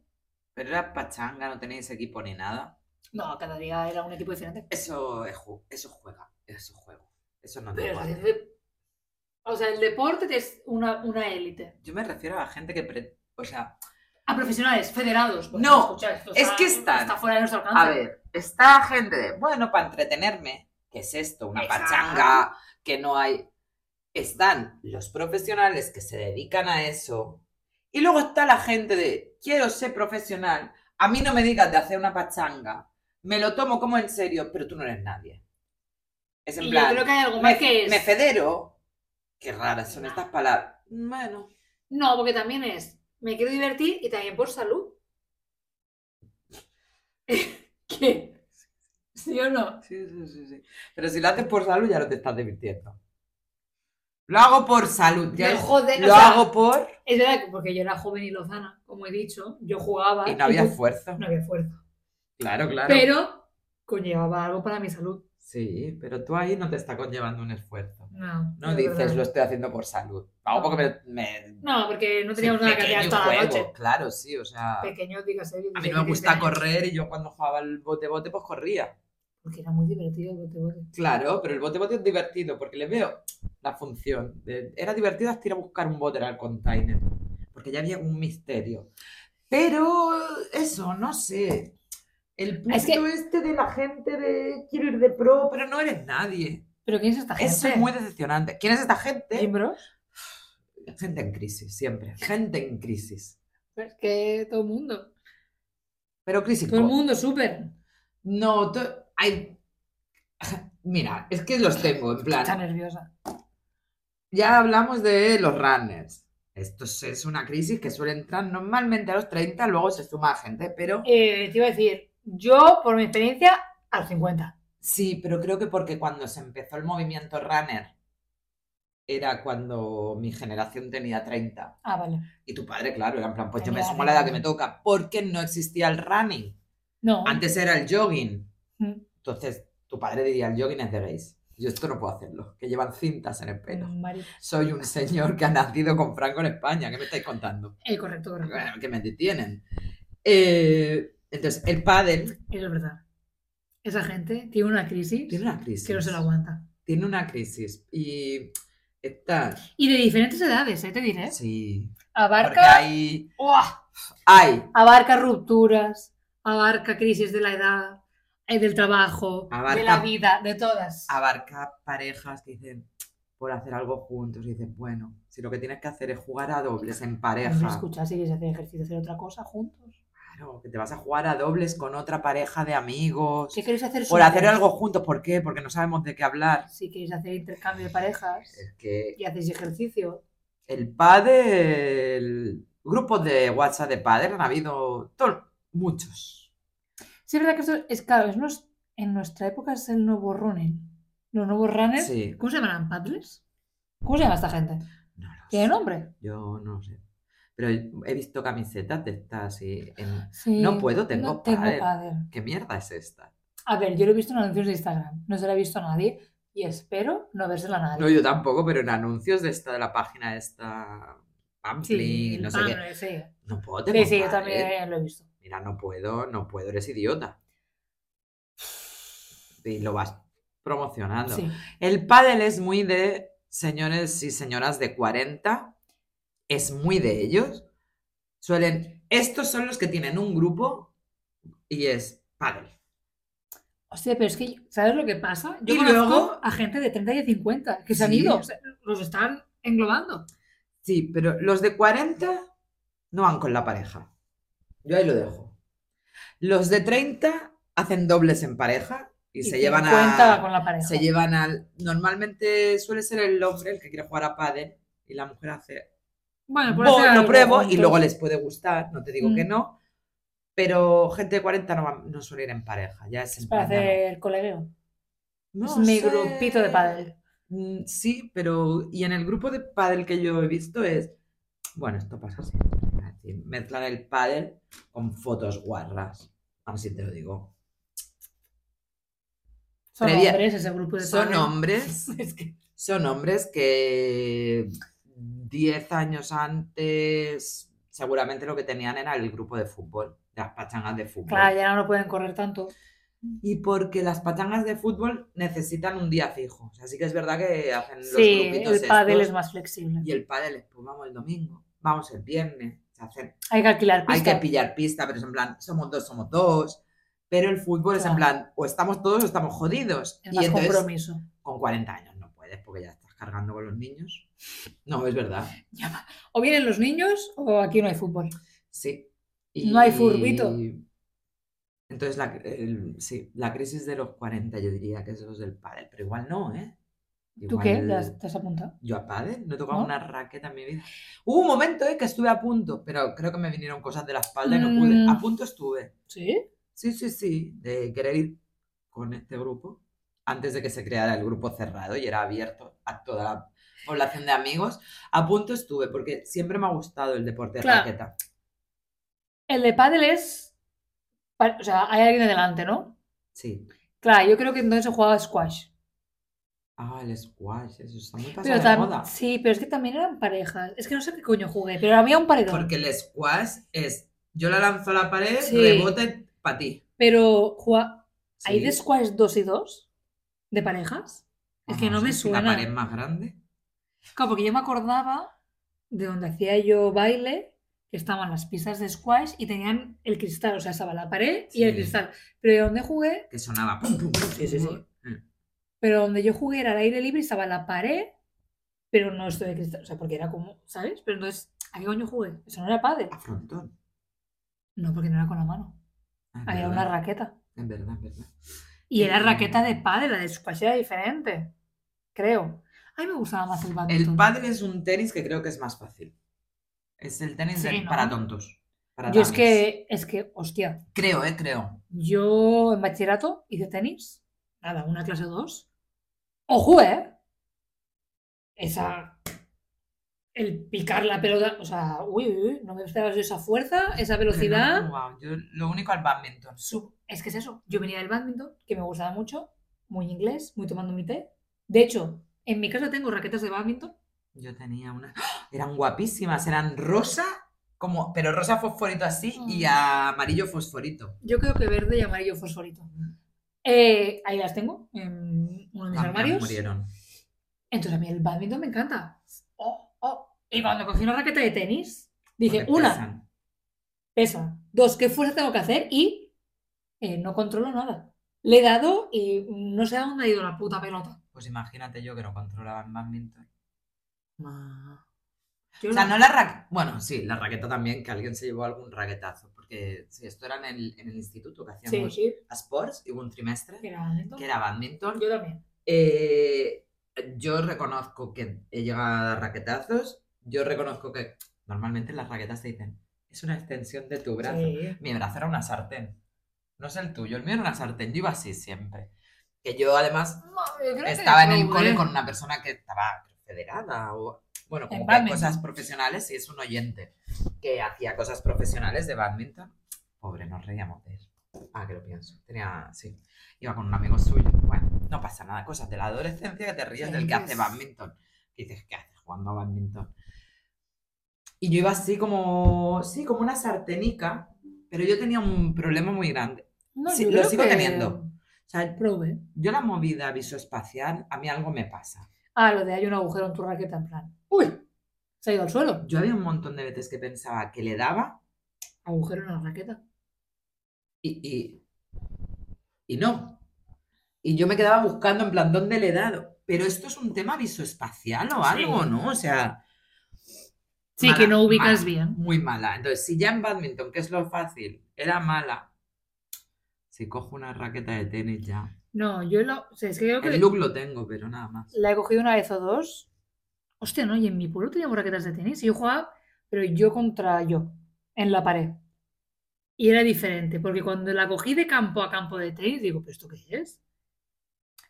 A: Pero era pachanga, no tenéis equipo ni nada.
B: No, cada día era un equipo diferente.
A: Eso es ju- eso juega, eso juego. Eso no te
B: Pero,
A: vale.
B: o sea, el deporte es una, una élite.
A: Yo me refiero a la gente que... pre- O sea,
B: A profesionales, federados. porque
A: No,
B: escucha, esto
A: es que están-
B: Está fuera de nuestro alcance.
A: a ver, está gente de, bueno, para entretenerme, ¿qué es esto? Una
B: Exacto.
A: pachanga que no hay. Están los profesionales que se dedican a eso. Y luego está la gente de, quiero ser profesional, a mí no me digas de hacer una pachanga, me lo tomo como en serio, pero tú no eres nadie. Es en
B: Y
A: plan,
B: yo creo que hay algo
A: me,
B: más que es.
A: me federo. Qué raras son estas palabras. Bueno,
B: No, porque también es. Me quiero divertir y también por salud. ¿Qué? ¿Sí o no?
A: Sí, sí, sí, sí. Pero si lo haces por salud, ya no te estás divirtiendo. Lo hago por salud. Ya
B: Me
A: es-
B: jode, o
A: lo
B: sea-
A: hago por.
B: Es verdad que porque yo era joven y lozana, como he dicho, yo jugaba.
A: Y no había
B: yo-
A: esfuerzo.
B: no había fuerza.
A: Claro, claro.
B: Pero conllevaba algo para mi salud.
A: Sí, pero tú ahí no te está conllevando un esfuerzo.
B: No.
A: No
B: es
A: dices,
B: verdad.
A: lo estoy haciendo por salud. Lo hago porque me. me-
B: No, porque no
A: sí,
B: teníamos nada que
A: pequeño
B: hacer
A: y
B: hasta la
A: juego,
B: noche.
A: Claro, sí, o sea.
B: Pequeño, dígase.
A: A mí no me gusta correr y yo cuando jugaba al bote-bote, pues corría.
B: Porque era muy divertido el bote-bote.
A: Claro, pero el bote-bote es divertido porque le veo la función. de- Era divertido hasta ir a buscar un bote al container, porque ya había un misterio. Pero eso, no sé. El punto
B: Es que-
A: este de la gente de quiero ir de pro, pero no eres nadie.
B: ¿Pero quién es esta gente?
A: Eso es muy decepcionante. ¿Quién es esta gente?
B: Jim Bros.
A: Gente en crisis, siempre. Gente en crisis.
B: Es que todo el mundo.
A: Pero crisis.
B: Todo el
A: con-
B: mundo, súper.
A: No, to- hay... Mira, es que los tengo, en plan.
B: Está nerviosa.
A: Ya hablamos de los runners. Esto es- es una crisis que suele entrar normalmente a los 30, luego se suma gente, pero...
B: Eh, te iba a decir, yo, por mi experiencia, a los 50.
A: Sí, pero creo que porque cuando se empezó el movimiento runner era cuando mi generación tenía 30.
B: Ah, vale.
A: Y tu padre, claro, era en plan, pues yo me
B: Tenía
A: sumo a la edad que
B: 30.
A: me toca, porque no existía el running.
B: No.
A: Antes era el jogging.
B: Mm.
A: Entonces, tu padre diría, el jogging es de gays. Yo esto no puedo hacerlo, que llevan cintas en el pelo.
B: Mari-
A: Soy un señor que ha nacido con Franco en España, ¿qué me estáis contando?
B: Eh, correcto, correcto.
A: bueno, que me detienen. Eh, entonces, el pádel
B: Eso es verdad. Esa gente tiene una crisis
A: tiene una crisis.
B: que no se la aguanta.
A: Tiene una crisis. Y está...
B: Y de diferentes edades, ¿eh? Te diré.
A: Sí. Porque
B: Abarca.
A: hay...
B: ¡Uah!
A: Hay.
B: Abarca rupturas, abarca crisis de la edad, eh, del trabajo,
A: Abarca-
B: de la vida, de todas.
A: Abarca parejas que dicen por hacer algo juntos. Y dicen, bueno, si lo que tienes que hacer es jugar a dobles en
B: No
A: pareja.
B: escuchas Pues si quieres hacer ejercicio, hacer otra cosa juntos.
A: Claro, que te vas a jugar a dobles con otra pareja de amigos.
B: Si queréis hacer
A: Por hacer
B: solos,
A: algo juntos. ¿Por qué? Porque no sabemos de qué hablar.
B: Si queréis hacer intercambio de parejas
A: Es que
B: y hacéis ejercicio.
A: El pádel, grupos de WhatsApp de pádel han habido tol- muchos.
B: Sí, es verdad que esto es claro, es nos- en nuestra época es el nuevo running. Los nuevos runners.
A: Sí.
B: ¿Cómo se llaman? ¿Paddles? ¿Cómo se llama esta gente?
A: No lo
B: ¿Tiene
A: sé.
B: nombre?
A: Yo no sé. Pero he visto camisetas de estas y en-
B: Sí,
A: No puedo, tengo
B: no tengo
A: pádel.
B: pádel.
A: ¿Qué mierda es esta?
B: A ver, yo lo he visto en anuncios de Instagram. No se la he visto a nadie y espero no vérsela a nadie.
A: No, yo tampoco, pero en anuncios de esta, de la página esta, Pampli,
B: el
A: no sé qué.
B: pádel, ah, sí.
A: No puedo,
B: Sí,
A: tengo
B: sí, yo
A: pádel.
B: también lo he visto.
A: Mira, no puedo, no puedo, eres idiota. Y lo vas promocionando.
B: Sí.
A: El pádel es muy de señores y señoras de 40. Es muy de ellos. Suelen. Estos son los que tienen un grupo y es pádel.
B: Hostia, pero es que, ¿sabes lo que pasa? Yo
A: Y
B: conozco
A: luego-
B: a gente de 30 y de 50 que se han
A: Sí.
B: ido, o sea, los están englobando.
A: Sí, pero los de 40 no van con la pareja. Yo ahí lo dejo. Los de 30 hacen dobles en pareja y, se llevan a.
B: 50 va con la pareja.
A: se llevan al. Normalmente suele ser el hombre el que quiere jugar a pádel y la mujer hace.
B: Bueno, Ah, por
A: "Bo,
B: hacer
A: lo
B: algo
A: pruebo y
B: juntos.
A: luego les puede gustar, no te digo que
B: Mm.
A: no. Pero gente de 40 no, va- no suele ir en pareja, ya es en
B: Es para
A: plan,
B: hacer colegueo.
A: "No
B: es mi
A: sé".
B: grupito de pádel.
A: Mm, Sí, pero. Y en el grupo de pádel que yo he visto es. Bueno, esto pasa así. Es decir, mezclan el pádel con fotos guarras. Así te lo digo.
B: Son
A: Previa-
B: hombres ese grupo Pues de
A: Son
B: pádel.
A: hombres
B: Es que
A: son hombres que 10 años antes seguramente lo que tenían era el grupo de fútbol, las pachangas de fútbol.
B: claro, ya no pueden correr tanto.
A: Y porque las pachangas de fútbol necesitan un día fijo. O sea, sí que es verdad que hacen los
B: Sí,
A: grupitos
B: el pádel
A: estos
B: es más flexible.
A: y el pádel es, pues vamos el domingo, vamos el viernes, se hacen-
B: Hay que alquilar
A: hay
B: pista.
A: que pillar pista, pero es en plan, somos dos, somos dos. Pero el fútbol es en
B: Claro.
A: plan, o estamos todos o estamos jodidos.
B: es más
A: y entonces,
B: compromiso.
A: con 40 años no puedes porque ya estás cargando con los niños. No, es verdad.
B: Ya va. O vienen los niños o aquí no hay fútbol.
A: Sí.
B: No hay furbito.
A: Entonces, la, el- sí, la crisis de los 40 yo diría que es los del pádel, pero igual no, ¿eh?
B: ¿Tú qué?
A: Igual
B: ¿Te has, te has apuntado?
A: Yo a pádel, no he tocado
B: ¿No?
A: una raqueta en mi vida. Hubo un momento, ¿eh? Que estuve a punto, pero creo que me vinieron cosas de la espalda y no pude. A
B: Mm.
A: punto estuve.
B: Sí.
A: Sí, sí, sí, de querer ir con este grupo antes de que se creara el grupo cerrado y era abierto a toda la población de amigos. A punto estuve porque siempre me ha gustado el deporte de
B: Claro.
A: raqueta.
B: El de pádel es. pa- O sea, hay alguien delante, ¿no?
A: Sí.
B: Claro, yo creo que entonces se jugaba squash.
A: Ah, el squash, eso está muy pasado
B: Pero
A: de
B: tam-
A: moda.
B: Sí, pero es que también eran parejas. Es que no sé qué coño jugué, pero había un paredón.
A: Porque el squash es, yo la lanzo a la pared,
B: Sí.
A: rebote para ti.
B: Pero jugaba... ¿hay
A: Sí.
B: de squash dos y dos? ¿De parejas? Es que
A: Ah,
B: no me
A: sí, si La
B: suena.
A: pared es más grande.
B: Claro, porque yo me acordaba de donde hacía yo baile, que estaban las pistas de squash y tenían el cristal, o sea, estaba la pared y el
A: Sí.
B: cristal. Pero de donde jugué,
A: Que sonaba. pum, pum, pum,
B: Sí, sí,
A: pum,
B: sí.
A: pum.
B: pero donde yo jugué era al aire libre y estaba la pared, pero no esto de cristal, o sea, porque era como, ¿sabes? Pero entonces, ¿a qué coño jugué? Eso no era padre.
A: A frontón.
B: No, porque no era con la mano.
A: Ah, es
B: Era
A: verdad,
B: una raqueta.
A: Es verdad, es verdad.
B: Y era
A: Eh,
B: raqueta de pádel, la de squash era diferente, creo. A mí me gustaba más el badminton.
A: El pádel es un tenis que creo que es más fácil. Es el tenis
B: Sí,
A: de-
B: ¿no?
A: para tontos. para
B: Yo es
A: dummies.
B: que, es que, hostia,
A: Creo, eh, creo.
B: yo en bachillerato hice tenis, nada, una clase o dos. O jugué, esa, el picar la pelota, o sea, uy, uy, uy, no me esperaba yo esa fuerza, esa
A: Que no he
B: velocidad.
A: jugado. Yo lo único al badminton.
B: Su- Es que es eso. Yo venía del badminton, que me gustaba mucho, muy inglés, muy tomando mi té. De hecho, en mi casa tengo raquetas de badminton
A: Yo tenía unas. ¡Ah! Eran guapísimas, eran rosa, como, pero rosa fosforito así y
B: Mm.
A: amarillo fosforito.
B: Yo creo que verde y amarillo fosforito. Eh, ahí las tengo, en uno de mis
A: También
B: armarios.
A: murieron.
B: Entonces a mí el badminton me encanta. Oh, oh. Y cuando cogí una raqueta de tenis, dije,
A: porque
B: una, pesa.
A: pesan.
B: Dos, ¿qué fuerza tengo que hacer? Y eh, no controlo nada. Le he dado y no sé a dónde ha ido la puta pelota.
A: Pues imagínate yo que no controlaba el badminton.
B: Yo
A: O sea, no la raqueta. Bueno, sí, la raqueta también, que alguien se llevó algún raquetazo. Porque si esto era en el, en el instituto que
B: Sí,
A: hacíamos
B: sí,
A: a sports, y hubo un trimestre
B: que era badminton.
A: que era badminton.
B: Yo también.
A: Eh, yo reconozco que he llegado a dar raquetazos. Yo reconozco que normalmente las raquetas te dicen, es una extensión de tu brazo.
B: Sí.
A: Mi brazo era una sartén. No es el tuyo, el mío era una sartén. Yo iba así siempre. Que yo además
B: No, yo creo que ¿eh?
A: estaba en el
B: probé.
A: cole con una persona que estaba federada o Bueno,
B: En
A: como que hay
B: bádminton.
A: cosas profesionales, y es un oyente que hacía cosas profesionales de badminton. Pobre, nos reíamos de él. Ah, que lo pienso. Tenía, sí. Iba con un amigo suyo. Bueno, no pasa nada. Cosas de la adolescencia que te ríes
B: ¿Qué
A: del que hace
B: dices?
A: badminton. Y dices, ¿qué haces jugando a badminton? Y yo iba así como, sí, como una sartenica. Pero yo tenía un problema muy grande.
B: No,
A: Sí,
B: yo
A: lo
B: creo
A: sigo
B: que ¿eh?
A: teniendo. O sea,
B: Prove.
A: yo la movida visoespacial, a mí algo me pasa.
B: Ah, lo de hay un agujero en tu raqueta, en plan. ¡Uy! Se ha ido al suelo.
A: Yo había un montón de veces que pensaba que le daba
B: Agujero en la raqueta.
A: Y, y- y no. Y yo me quedaba buscando en plan dónde le he dado. Pero esto es un tema visoespacial o
B: Sí.
A: algo, ¿no? O sea,
B: Sí,
A: Mala,
B: que no ubicas
A: mala.
B: bien.
A: muy mala. Entonces, si ya en badminton, que es lo fácil, era mala, si cojo una raqueta de tenis ya.
B: No, yo lo. O sea, es que creo que
A: El look lo tengo, pero nada más.
B: la he cogido una vez o dos. Hostia, no, y en mi pueblo teníamos raquetas de tenis. Y yo jugaba, pero yo contra yo, en la pared. Y era diferente, porque cuando la cogí de campo a campo de tenis, digo, ¿pero esto qué es?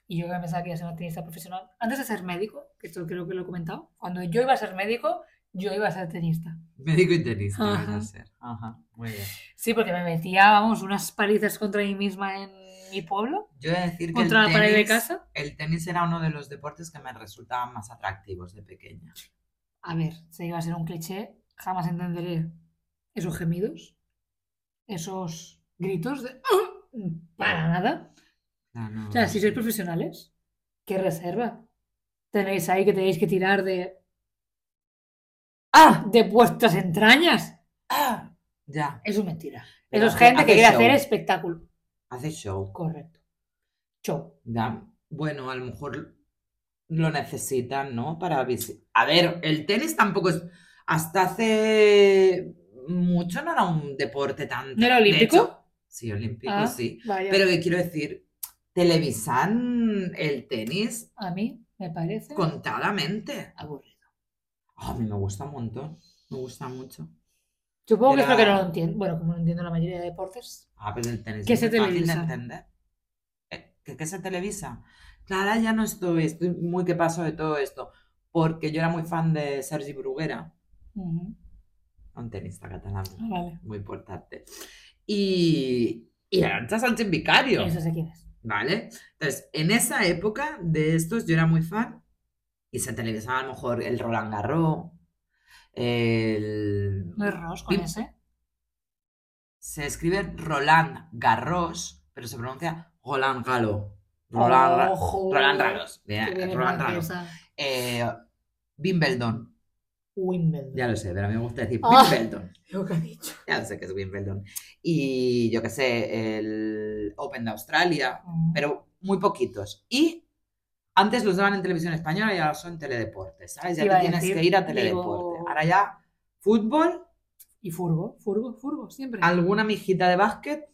B: Y yo que pensaba que iba a ser una tenista profesional. Antes de ser médico, que esto creo que lo he comentado, cuando yo iba a ser médico, yo iba a ser tenista.
A: Médico y tenista vas
B: Ajá.
A: a ser. Ajá, muy bien.
B: Sí, porque me metía, vamos, unas palizas contra mí misma en mi pueblo,
A: Yo he de decir que el
B: contra la pared de
A: tenis-
B: casa.
A: el tenis era uno de los deportes que me resultaban más atractivos de pequeña.
B: A ver, se iba a ser un cliché, jamás entenderé esos gemidos, esos gritos de... "Ah", Para nada.
A: Ah, no.
B: O sea, si sois profesionales, ¿qué reserva? Tenéis ahí que tenéis que tirar de... ¡Ah! De vuestras entrañas.
A: Ah, ya.
B: Eso es mentira.
A: Pero
B: Eso es
A: hace-
B: gente que
A: hace
B: quiere
A: show.
B: hacer espectáculo.
A: Hace show.
B: Correcto. Show.
A: Ya, bueno, a lo mejor lo necesitan, ¿no? Para visi- A ver, el tenis tampoco es. Hasta hace mucho no era un deporte tan.
B: ¿No era
A: de
B: olímpico?
A: hecho- sí, olímpico,
B: Ah,
A: sí.
B: Vaya.
A: Pero que quiero decir, televisan el tenis
B: A mí me parece
A: contadamente.
B: aburrido.
A: Ah, a mí me gusta un montón. Me gusta mucho.
B: Supongo que es porque no
A: Era-
B: lo entiendo. Bueno, como no entiendo la mayoría de deportes.
A: Ah, pero el tenis
B: ¿Qué
A: es
B: se
A: muy fácil de
B: televisa?
A: entender. Eh, ¿Qué, qué se televisa? Clara, ya no estoy, estoy muy que paso de todo esto, porque yo era muy fan de Sergi Bruguera,
B: Ujú.
A: un tenista catalán
B: Ah, Vale.
A: muy importante, y, y Arantxa Sánchez Vicario,
B: Eso sé quién es.
A: ¿vale? Entonces, en esa época de estos yo era muy fan y se televisaba a lo mejor el Roland Garros, el...
B: No es Ross con
A: Pim-
B: ese.
A: Se escribe Roland Garros, pero se pronuncia Roland Galo. Roland, Ga-
B: Ojo.
A: Roland Garros. Bien,
B: Que viene
A: Roland Garros.
B: francesa.
A: Eh, Wimbledon.
B: Wimbledon.
A: Ya lo sé, pero a mí me gusta decir
B: Ah.
A: Wimbledon.
B: Lo que ha dicho.
A: Ya sé que es Wimbledon. Y yo qué sé, el Open de Australia, pero muy poquitos. Y antes los daban en televisión española y ahora son teledeportes, ¿sabes? Ya
B: Iba a
A: te tienes
B: decir,
A: que ir a
B: digo-
A: teledeporte. Ahora ya fútbol,
B: Y Furgo, Furgo, Furgo, siempre.
A: alguna mijita de básquet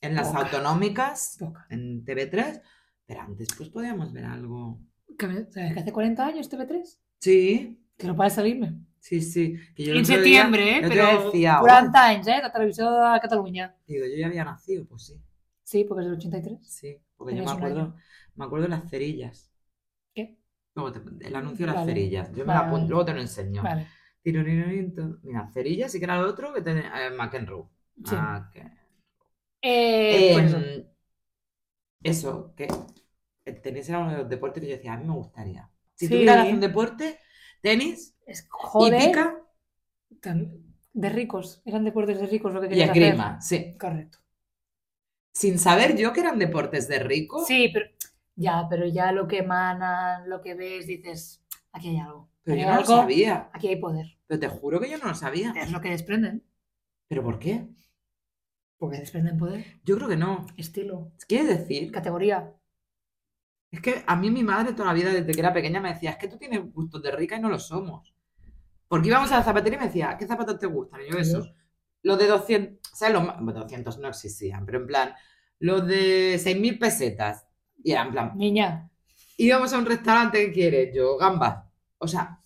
A: en las
B: Poca.
A: autonómicas.
B: Poca.
A: en TV3, pero antes pues podíamos ver algo.
B: Que me- ¿Sabes que hace 40 años TV3?
A: Sí,
B: Que no para de salirme.
A: sí, sí. que yo el
B: en
A: otro día-
B: septiembre, ¿eh?
A: el otro día
B: Pero
A: decía, oh.
B: Grand
A: "Uy",
B: Times, ¿eh? La televisión de Cataluña.
A: digo, yo ya había nacido, pues sí,
B: Sí, porque es del 83.
A: sí, porque yo me
B: Tenías un
A: acuerdo, me acuerdo de las cerillas.
B: ¿Qué?
A: Luego te- el anuncio de las
B: Vale.
A: cerillas, yo me la
B: Vale,
A: apunto,
B: vale.
A: luego te lo enseño.
B: Vale.
A: Tironirin, ton- Mira, cerillas y que era el otro que tenía eh, McEnroe.
B: Sí.
A: Ah, que-
B: Eh, pues eso.
A: Em, eso, que el tenis era uno de los deportes que yo decía, a mí me gustaría. Si
B: Sí.
A: tuviera que hacer un deporte, tenis,
B: es joder.
A: hípica
B: tan- De ricos. Eran deportes de ricos lo que
A: y
B: querías
A: esgrima,
B: hacer.
A: sí.
B: Correcto.
A: Sin saber yo que eran deportes de rico.
B: Sí, pero ya, pero ya lo que emanan, lo que ves, dices, aquí hay algo.
A: Pero
B: Aquí
A: yo
B: hay
A: no lo
B: algo,
A: sabía.
B: Aquí hay poder.
A: Pero te juro que yo no lo sabía.
B: Es lo que desprenden.
A: ¿Pero por qué?
B: Porque desprenden poder,
A: Yo creo que no.
B: estilo,
A: Quiere decir,
B: categoría.
A: es que a mí mi madre toda la vida desde que era pequeña me decía, es que tú tienes gustos de rica y no lo somos. Porque íbamos a la zapatería y me decía, ¿qué zapatos te gustan? Y yo eso. Los de 200, o sea, los ma- bueno, 200 no existían, pero en plan, los de 6.000 pesetas. Y era en plan,
B: Niña,
A: íbamos a un restaurante, ¿qué quieres? Yo, gambas. O sea,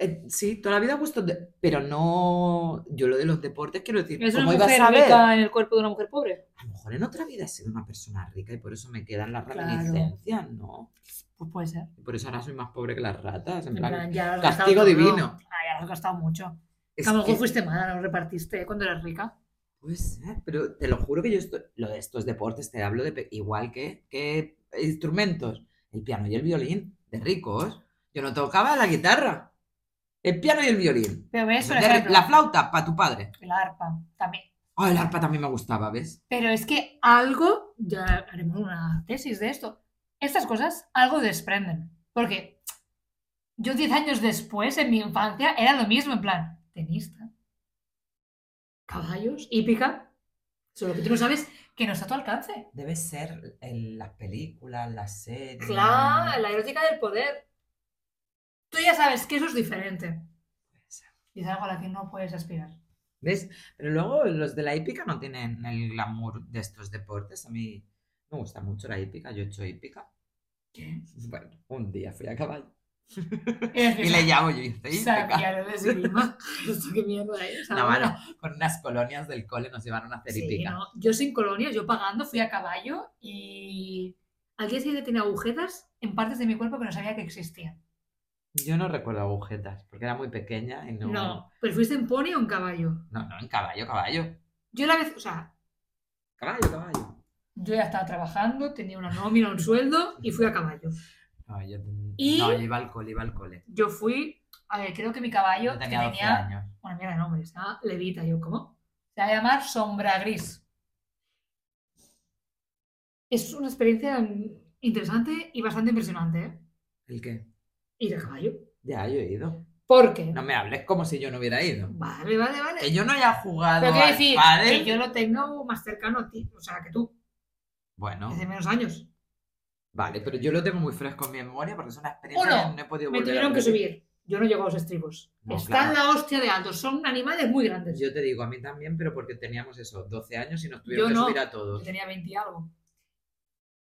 A: Eh, sí, toda la vida gustó, de- pero no, yo lo de los deportes quiero decir,
B: ¿Es una
A: ¿cómo iba a
B: mujer
A: saber?
B: rica en el cuerpo de una mujer pobre?
A: A lo mejor en otra vida he sido una persona rica y por eso me quedan las
B: Claro.
A: reminiscencias, ¿no?
B: Pues puede ser.
A: Y por eso ahora soy más pobre que las ratas, en
B: En
A: plan,
B: plan, ya lo has
A: castigo
B: gastado todo.
A: divino.
B: Ah, ya lo has gastado mucho.
A: es
B: a lo mejor
A: que-
B: fuiste mala, no repartiste cuando eras rica.
A: Puede ser, pero te lo juro que yo estoy, lo de estos deportes te hablo de pe- igual que, que instrumentos, el piano y el violín, de ricos. Yo no tocaba la guitarra, el piano y el violín.
B: Pero ves, por
A: De-
B: ejemplo,
A: la flauta para tu padre.
B: el arpa también.
A: Oh, el arpa también me gustaba, ¿ves?
B: Pero es que algo, ya haremos una tesis de esto, estas cosas algo desprenden. Porque yo 10 años después, en mi infancia, era lo mismo, en plan, tenista, caballos, hípica. Solo que tú no sabes que no está a tu alcance.
A: Debe ser en las películas, las series.
B: Claro, la erótica del poder. Tú ya sabes que eso es diferente. Y es algo a la que no puedes aspirar.
A: ¿Ves? Pero luego los de la hípica no tienen el glamour de estos deportes. A mí me gusta mucho la hípica, yo he hecho hípica. Bueno, un día fui a caballo. Y le llamo yo hice hípica.
B: Saquearon de sí misma. Esto qué mierda es.
A: No,
B: ahora.
A: bueno, con unas colonias del cole nos llevaron a hacer
B: Sí,
A: hípica.
B: no, Yo sin colonias, yo pagando, fui a caballo y al día siguiente tenía agujetas en partes de mi cuerpo que no sabía que existían.
A: Yo no recuerdo agujetas, porque era muy pequeña y no.
B: No. ¿Pero fuiste en pony o en caballo?
A: no, no, en caballo, caballo.
B: Yo la vez, o sea,
A: Caballo, caballo.
B: yo ya estaba trabajando, tenía una nómina, un sueldo y fui a caballo.
A: No, yo,
B: Y-
A: no, yo iba al cole, iba al cole.
B: Yo fui, a ver, creo que mi caballo
A: Yo
B: que
A: tenía 12
B: tenía
A: años.
B: una mierda de nombre, se llama Levita, yo, ¿cómo? Se va a llamar Sombra Gris. Es una experiencia mm, interesante y bastante impresionante, ¿eh?
A: ¿El qué?
B: Ir a caballo.
A: Ya, yo he ido.
B: Porque qué?
A: No me hables como si yo no hubiera ido.
B: Vale, vale, vale.
A: Que yo no haya jugado
B: Pero quiero
A: al
B: decir
A: pádel,
B: que yo lo tengo más cercano a ti, o sea, que tú,
A: Bueno,
B: desde menos años.
A: vale, pero yo lo tengo muy fresco en mi memoria porque es una experiencia
B: Uno,
A: que no he podido
B: Me
A: volver a
B: tuvieron que
A: repetir.
B: subir. Yo no llego a los estribos.
A: No,
B: Están la hostia de altos, son animales muy grandes. Yo,
A: Yo te digo, a mí también, pero porque teníamos eso, 12 años y nos tuvieron
B: Yo
A: que
B: no.
A: subir a todos.
B: tenía 20 y algo.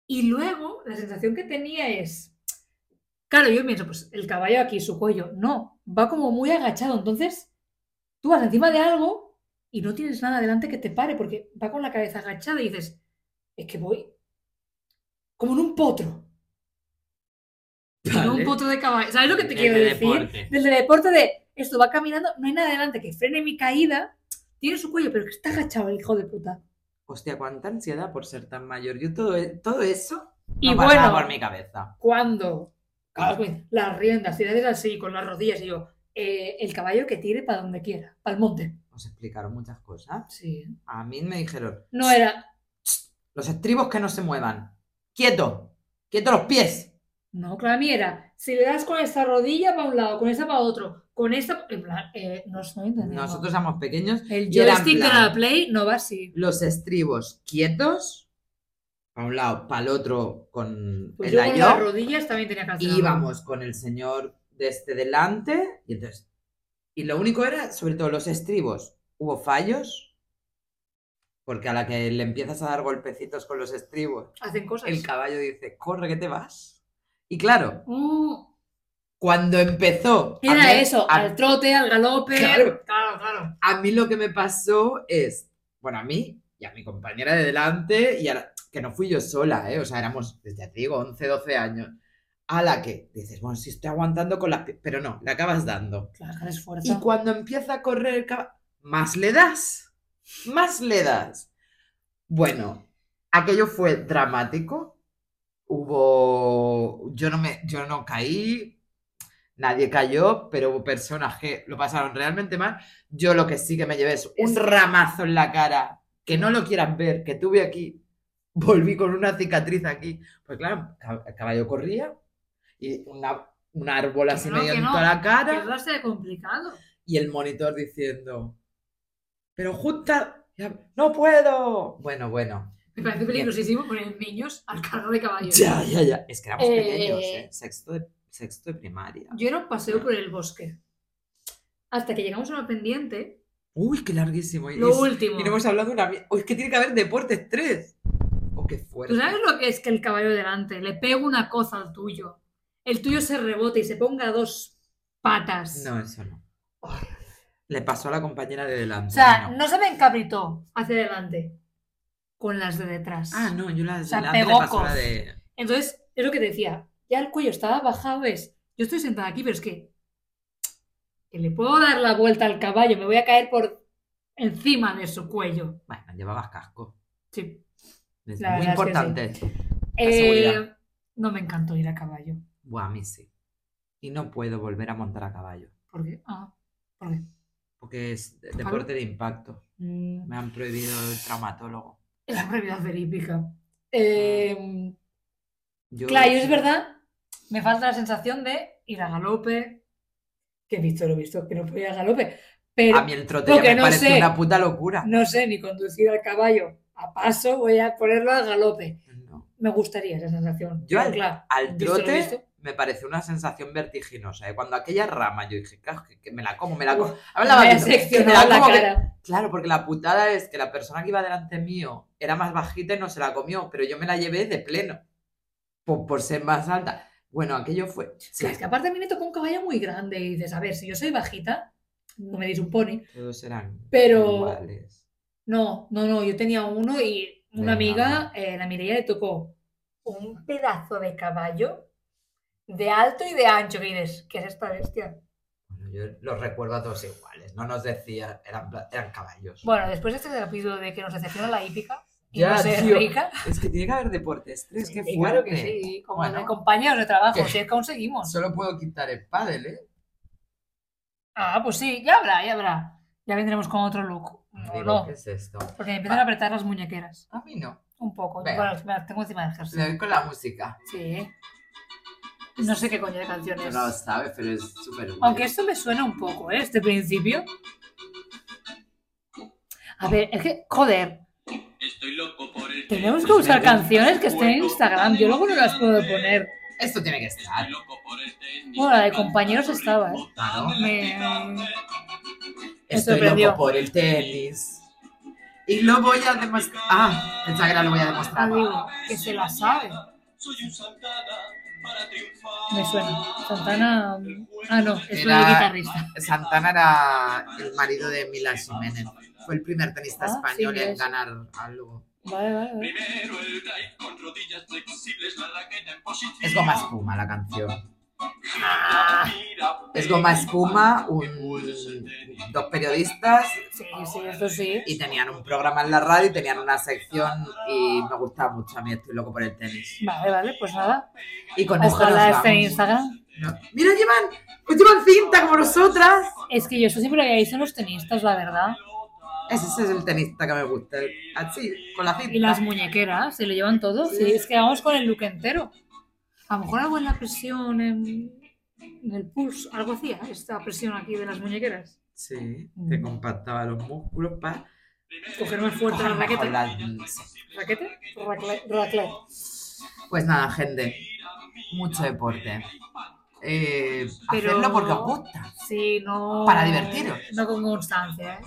B: Y luego la sensación que tenía es. Claro, yo pienso, pues el caballo aquí, su cuello. No, va como muy agachado. Entonces, tú vas encima de algo y no tienes nada delante que te pare, porque va con la cabeza agachada y dices, es que voy como en un potro. No un
A: Vale.
B: potro de caballo. ¿Sabes lo que te
A: El
B: quiero
A: de
B: decir?
A: deporte.
B: Desde el deporte de esto va caminando, no hay nada delante que frene mi caída. Tiene su cuello, pero que está agachado el hijo de puta.
A: Hostia, cuánta ansiedad por ser tan mayor. Yo todo, e- todo eso no
B: Y
A: pasaba
B: bueno.
A: por mi cabeza.
B: Cuando claro, pues, las riendas, si le haces así, con las rodillas, y yo, eh, el caballo que tire para donde quiera, para el monte.
A: Os explicaron muchas cosas.
B: Sí.
A: A mí me dijeron,
B: No era.
A: los estribos que no se muevan. Quieto, quieto los pies.
B: No, claro, a mí era. Si le das con esta rodilla para un lado, con esta para otro, con esta. En plan, eh, no estoy entendiendo.
A: Nosotros éramos pequeños
B: El
A: y era en
B: joystick de
A: plan-
B: la Play no va así.
A: los estribos quietos, para un lado, para el otro con
B: Pues
A: el
B: yo con las
A: ayón,
B: rodillas también tenía que hacer
A: y
B: algo.
A: íbamos con el señor de este delante, y entonces, y lo único era, sobre todo los estribos, hubo fallos, porque a la que le empiezas a dar golpecitos con los estribos,
B: Hacen cosas.
A: el caballo dice, corre que te vas. Y claro,
B: Mm.
A: cuando empezó... a
B: Era
A: mí-
B: eso,
A: a-
B: al trote, al galope.
A: Claro.
B: claro. claro.
A: a mí lo que me pasó es, bueno, a mí y a mi compañera de delante, y a la- que no fui yo sola, ¿eh? o sea, éramos, ya te digo, 11, 12 años, a la que dices, bueno, si estoy aguantando con las... pie-", Pero no, le acabas dando.
B: Claro, el esfuerzo.
A: Y cuando empieza a correr el caba- más le das, más le das. Bueno, aquello fue dramático. Hubo, yo no me, yo no caí, nadie cayó, pero hubo personas que lo pasaron realmente mal. Yo lo que sí que me llevé es un
B: Es-
A: ramazo en la cara, que no lo quieras ver, que tuve aquí, volví con una cicatriz aquí. Pues claro, cab- el caballo corría y una, un árbol así
B: no,
A: medio
B: que
A: en
B: no,
A: toda la cara
B: Que va a ser complicado.
A: y el monitor diciendo, pero junta, ya- no puedo. Bueno, bueno.
B: Me parece peligrosísimo poner niños al carro de caballos.
A: Ya, ya, ya. Es que éramos
B: Eh.
A: pequeños, ¿eh? Sexto de, sexto de primaria.
B: Yo era un paseo por el bosque. Hasta que llegamos a una pendiente,
A: Uy, qué larguísimo. Y,
B: lo
A: y-
B: último.
A: y no hemos hablado de una... mi- Uy, es que tiene que haber deportes tres. Oh, qué fuerte.
B: ¿Tú sabes lo que es que el caballo delante le pega una cosa al tuyo? El tuyo se rebota y se ponga a dos patas.
A: No, eso no. Le pasó a la compañera de delante.
B: O sea,
A: no.
B: no se me encabritó hacia adelante con las de detrás.
A: Ah, no, yo la de
B: O sea,
A: delante le
B: pegó
A: pasó la
B: con-
A: de.
B: Entonces, es lo que te decía. Ya el cuello estaba bajado, es. Yo estoy sentada aquí, pero es que. Que le puedo dar la vuelta al caballo, me voy a caer por encima de su cuello.
A: Bueno, llevabas casco.
B: Sí.
A: Es
B: La
A: muy
B: verdad es que
A: importante. La
B: Eh,
A: seguridad.
B: no me encantó ir a caballo.
A: Buah, a mí sí. Y no puedo volver a montar a caballo.
B: Porque. Ah, porque.
A: Porque es de-
B: Claro.
A: deporte de impacto.
B: mm,
A: Me han prohibido el traumatólogo.
B: la realidad verídica. Eh,
A: Yo-
B: Claro, yo es verdad, me falta la sensación de ir a galope, que he visto lo visto, que no podía ir a galope, pero
A: A mí el trote ya
B: Porque
A: me
B: no
A: parece
B: sé.
A: una puta locura.
B: no sé ni conducir al caballo a paso, voy a ponerlo a galope.
A: No.
B: Me gustaría esa sensación.
A: Yo
B: pero claro,
A: Al
B: visto lo
A: trote
B: visto.
A: me pareció una sensación vertiginosa. ¿eh? Cuando aquella rama yo dije, claro, que, que me la como, me la
B: Uf,
A: como. Hablaba
B: pues, me
A: viendo,
B: ha
A: que me
B: decepcionado la
A: como, que-
B: cara.
A: Claro, porque la putada es que la persona que iba delante mío era más bajita y no se la comió, pero yo me la llevé de pleno. Por, por ser más alta. Bueno, aquello fue. Sí,
B: Claro, es que aparte a mí me tocó un caballo muy grande y dices, a ver, si yo soy bajita, no me deis un pony.
A: todos eran
B: Pero-
A: iguales.
B: No, no, no, yo tenía uno y
A: Venga,
B: una amiga, eh, la Mireia, le tocó un pedazo de caballo de alto y de ancho, que dices, ¿qué es esta bestia?
A: Bueno, yo los recuerdo a todos iguales. No nos decía, eran, pla- eran caballos.
B: Bueno, después de este capítulo de que nos decepciona la hípica y
A: Ya,
B: no ser
A: tío.
B: eh, rica,
A: Es que tiene que haber deportes, tres, que
B: sí,
A: fuerte.
B: claro que sí, como
A: Bueno.
B: de compañeros de trabajo,
A: Que-
B: si es que aún seguimos.
A: Solo puedo quitar el pádel, ¿eh?
B: Ah, pues sí, ya habrá, ya habrá. Ya vendremos con otro look. No,
A: Digo,
B: no,
A: ¿qué es esto?
B: porque me empiezan a apretar las muñequeras.
A: A mí no.
B: Un poco.
A: Venga.
B: Bueno, me las tengo encima del jersey.
A: Le doy con la música.
B: Sí. No sé qué coño de canciones.
A: No lo sabes, pero es súper guay.
B: Pues Aunque esto me suena un poco, ¿eh? Este principio. A ver, es que, joder,
C: Estoy loco por este el
B: tenemos
A: Pues
B: que usar canciones que estén en Instagram. Yo luego no las puedo poner.
A: Esto tiene que estar.
C: Bueno, la de compañeros estaba, ¿eh?
A: Claro.
B: Me- Me
A: Estoy
B: sorprendió.
A: loco por el tenis. Y lo voy a demostrar. Ah, pensaba que era lo voy a demostrar.
B: Amigo, que se la sabe. Me suena. Santana. Ah, no, es
A: Era-
B: un guitarrista.
A: Santana era el marido de Mila Jiménez. Fue el primer tenista
B: Ah, sí,
A: español en
B: es.
A: ganar algo.
B: Vale, vale, vale.
C: Primero el drive con rodillas flexibles, la raqueta en posición.
A: Es goma espuma la canción.
C: Mira,
A: Es goma espuma, un- dos periodistas
B: Sí, sí, esto sí.
A: y tenían un programa en la radio y tenían una sección y me gustaba mucho a mí estoy loco por el tenis.
B: Vale, vale, pues nada.
A: Y con esto
B: Ojalá
A: nos
B: esté en
A: vamos.
B: Instagram.
A: No. Mira, llevan, pues llevan cinta como nosotras.
B: Es que yo eso siempre lo había visto en los tenistas, la verdad.
A: Ese, ese es el tenista que me gusta. el- Así, con la cinta.
B: Y las muñequeras, se lo llevan todo. Sí, es que vamos con el look entero. A lo mejor algo en la presión, en, en el pulso, algo hacía, esta presión aquí de las muñequeras.
A: Sí, que
B: Mm.
A: compactaba los músculos para
B: Coger más fuerte la raqueta. ¿Raquete? Racla- raclet.
A: Pues nada, gente. Mucho deporte. Eh,
B: Pero-
A: Hacedlo porque os gusta.
B: Sí, no.
A: Para divertiros.
B: No con constancia, ¿eh?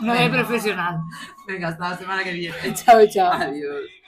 B: No de
A: Venga.
B: profesional.
A: Venga, hasta la semana que viene.
B: Chao, chao.
A: Adiós.